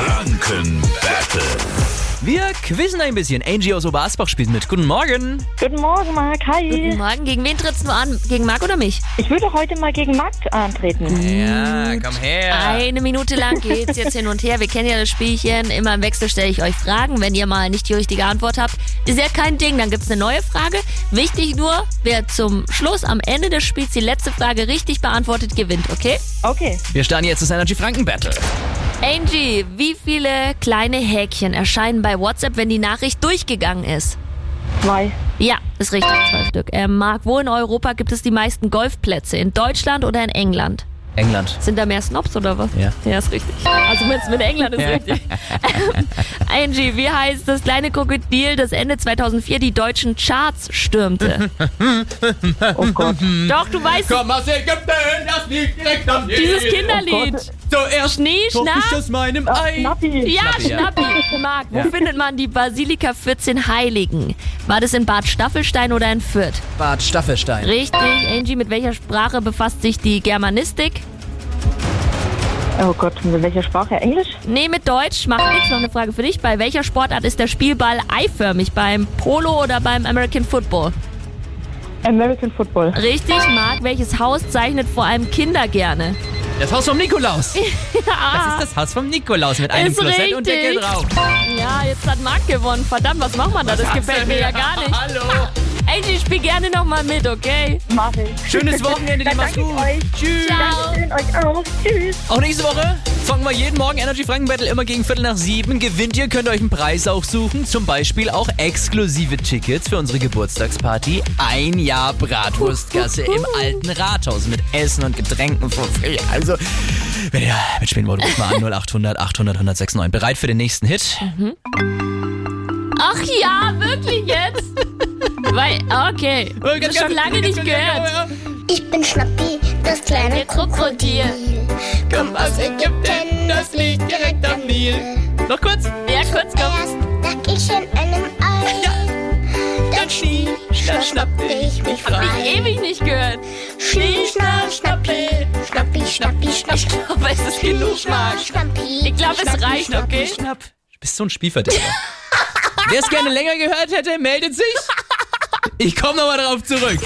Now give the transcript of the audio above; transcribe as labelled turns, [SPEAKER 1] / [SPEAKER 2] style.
[SPEAKER 1] Franken Battle.
[SPEAKER 2] Wir quizzen ein bisschen. Angie aus Oberasbach spielt mit. Guten Morgen.
[SPEAKER 3] Guten Morgen, Marc.
[SPEAKER 4] Guten
[SPEAKER 3] Hi.
[SPEAKER 4] Morgen, gegen wen trittst du an? Gegen Marc oder mich?
[SPEAKER 3] Ich würde heute mal gegen Marc antreten.
[SPEAKER 4] Mhm.
[SPEAKER 2] Ja, komm her.
[SPEAKER 4] Eine Minute lang geht's jetzt hin und her. Wir kennen ja das Spielchen. Immer im Wechsel stelle ich euch Fragen. Wenn ihr mal nicht die richtige Antwort habt, ist ja kein Ding. Dann gibt's eine neue Frage. Wichtig nur, wer zum Schluss am Ende des Spiels die letzte Frage richtig beantwortet, gewinnt, okay?
[SPEAKER 3] Okay.
[SPEAKER 2] Wir starten jetzt das Energy Franken Battle.
[SPEAKER 4] Angie, wie viele kleine Häkchen erscheinen bei WhatsApp, wenn die Nachricht durchgegangen ist?
[SPEAKER 3] Zwei.
[SPEAKER 4] Ja, ist richtig, zwei Stück. Ähm, Marc, wo in Europa gibt es die meisten Golfplätze? In Deutschland oder in England?
[SPEAKER 2] England.
[SPEAKER 4] Sind da mehr Snobs oder was?
[SPEAKER 2] Ja.
[SPEAKER 4] Ja, ist richtig. Also mit, mit England ist richtig. Ähm, Angie, wie heißt das kleine Krokodil, das Ende 2004 die deutschen Charts stürmte?
[SPEAKER 3] Oh Gott.
[SPEAKER 4] Doch, du weißt
[SPEAKER 2] Komm aus Ägypten, das liegt direkt am
[SPEAKER 4] dieses Kinderlied.
[SPEAKER 2] Zuerst
[SPEAKER 4] Schnee, Schnapp.
[SPEAKER 2] aus meinem Ei.
[SPEAKER 3] Nappi.
[SPEAKER 4] Ja,
[SPEAKER 2] Schnappi, ja.
[SPEAKER 4] Schnappi. Marc, wo
[SPEAKER 2] Ja.
[SPEAKER 4] findet man die Basilika 14 Heiligen? War das in Bad Staffelstein oder in Fürth?
[SPEAKER 2] Bad Staffelstein.
[SPEAKER 4] Richtig, Angie, mit welcher Sprache befasst sich die Germanistik?
[SPEAKER 3] Oh Gott, mit welcher Sprache? Englisch?
[SPEAKER 4] Nee, mit Deutsch. Macht nichts. Noch eine Frage für dich. Bei welcher Sportart ist der Spielball eiförmig? Beim Polo oder beim American Football?
[SPEAKER 3] American Football.
[SPEAKER 4] Richtig, Marc. Welches Haus zeichnet vor allem Kinder gerne?
[SPEAKER 2] Das Haus vom Nikolaus.
[SPEAKER 4] Ah,
[SPEAKER 2] Das ist das Haus vom Nikolaus mit einem
[SPEAKER 4] Ist
[SPEAKER 2] Klosett und
[SPEAKER 4] richtig.
[SPEAKER 2] Deckel drauf.
[SPEAKER 4] ja, jetzt hat Marc gewonnen. Verdammt, was macht man da? Das gefällt mir ja gar nicht.
[SPEAKER 2] Hallo.
[SPEAKER 4] Angie, spiel gerne nochmal mit, okay?
[SPEAKER 3] Mach ich.
[SPEAKER 2] Schönes Wochenende, dir
[SPEAKER 3] Dann
[SPEAKER 2] mach's
[SPEAKER 3] danke
[SPEAKER 2] gut.
[SPEAKER 3] ich euch.
[SPEAKER 2] Tschüss.
[SPEAKER 4] Ciao.
[SPEAKER 3] Schön euch auch. Tschüss.
[SPEAKER 2] Auch nächste Woche zocken wir jeden Morgen Energy Franken Battle immer gegen Viertel nach sieben. Gewinnt ihr, könnt euch einen Preis auch suchen. Zum Beispiel auch exklusive Tickets für unsere Geburtstagsparty. Ein Jahr Bratwurstgasse im alten Rathaus mit Essen und Getränken for free. Also, wenn ihr mitspielen wollt, ruft mal an 0800 800 1069. Bereit für den nächsten Hit?
[SPEAKER 4] Ach ja, wirklich jetzt? Weil, okay. Das schon lange nicht gehört.
[SPEAKER 5] Ich bin Schnappi, das kleine Krokodil.
[SPEAKER 2] Komm aus Ägypten, das liegt direkt am Nil. Noch kurz.
[SPEAKER 4] Ja, kurz, komm.
[SPEAKER 5] Erst lag ich in einem Ei. Dann schnie, schnapp, schnappte ich mich frei.
[SPEAKER 4] Hab ich ewig nicht gehört.
[SPEAKER 5] Schnie, schnapp, schnappi. Schnappi, schnappi, schnappi.
[SPEAKER 4] Ich glaube, es ist genug, Marc.
[SPEAKER 5] Schnappi.
[SPEAKER 4] Ich glaube, es reicht, okay?
[SPEAKER 2] Schnapp. Du bist so ein Spieferdecker. Wer es gerne länger gehört hätte, meldet sich. Ich komme nochmal darauf zurück.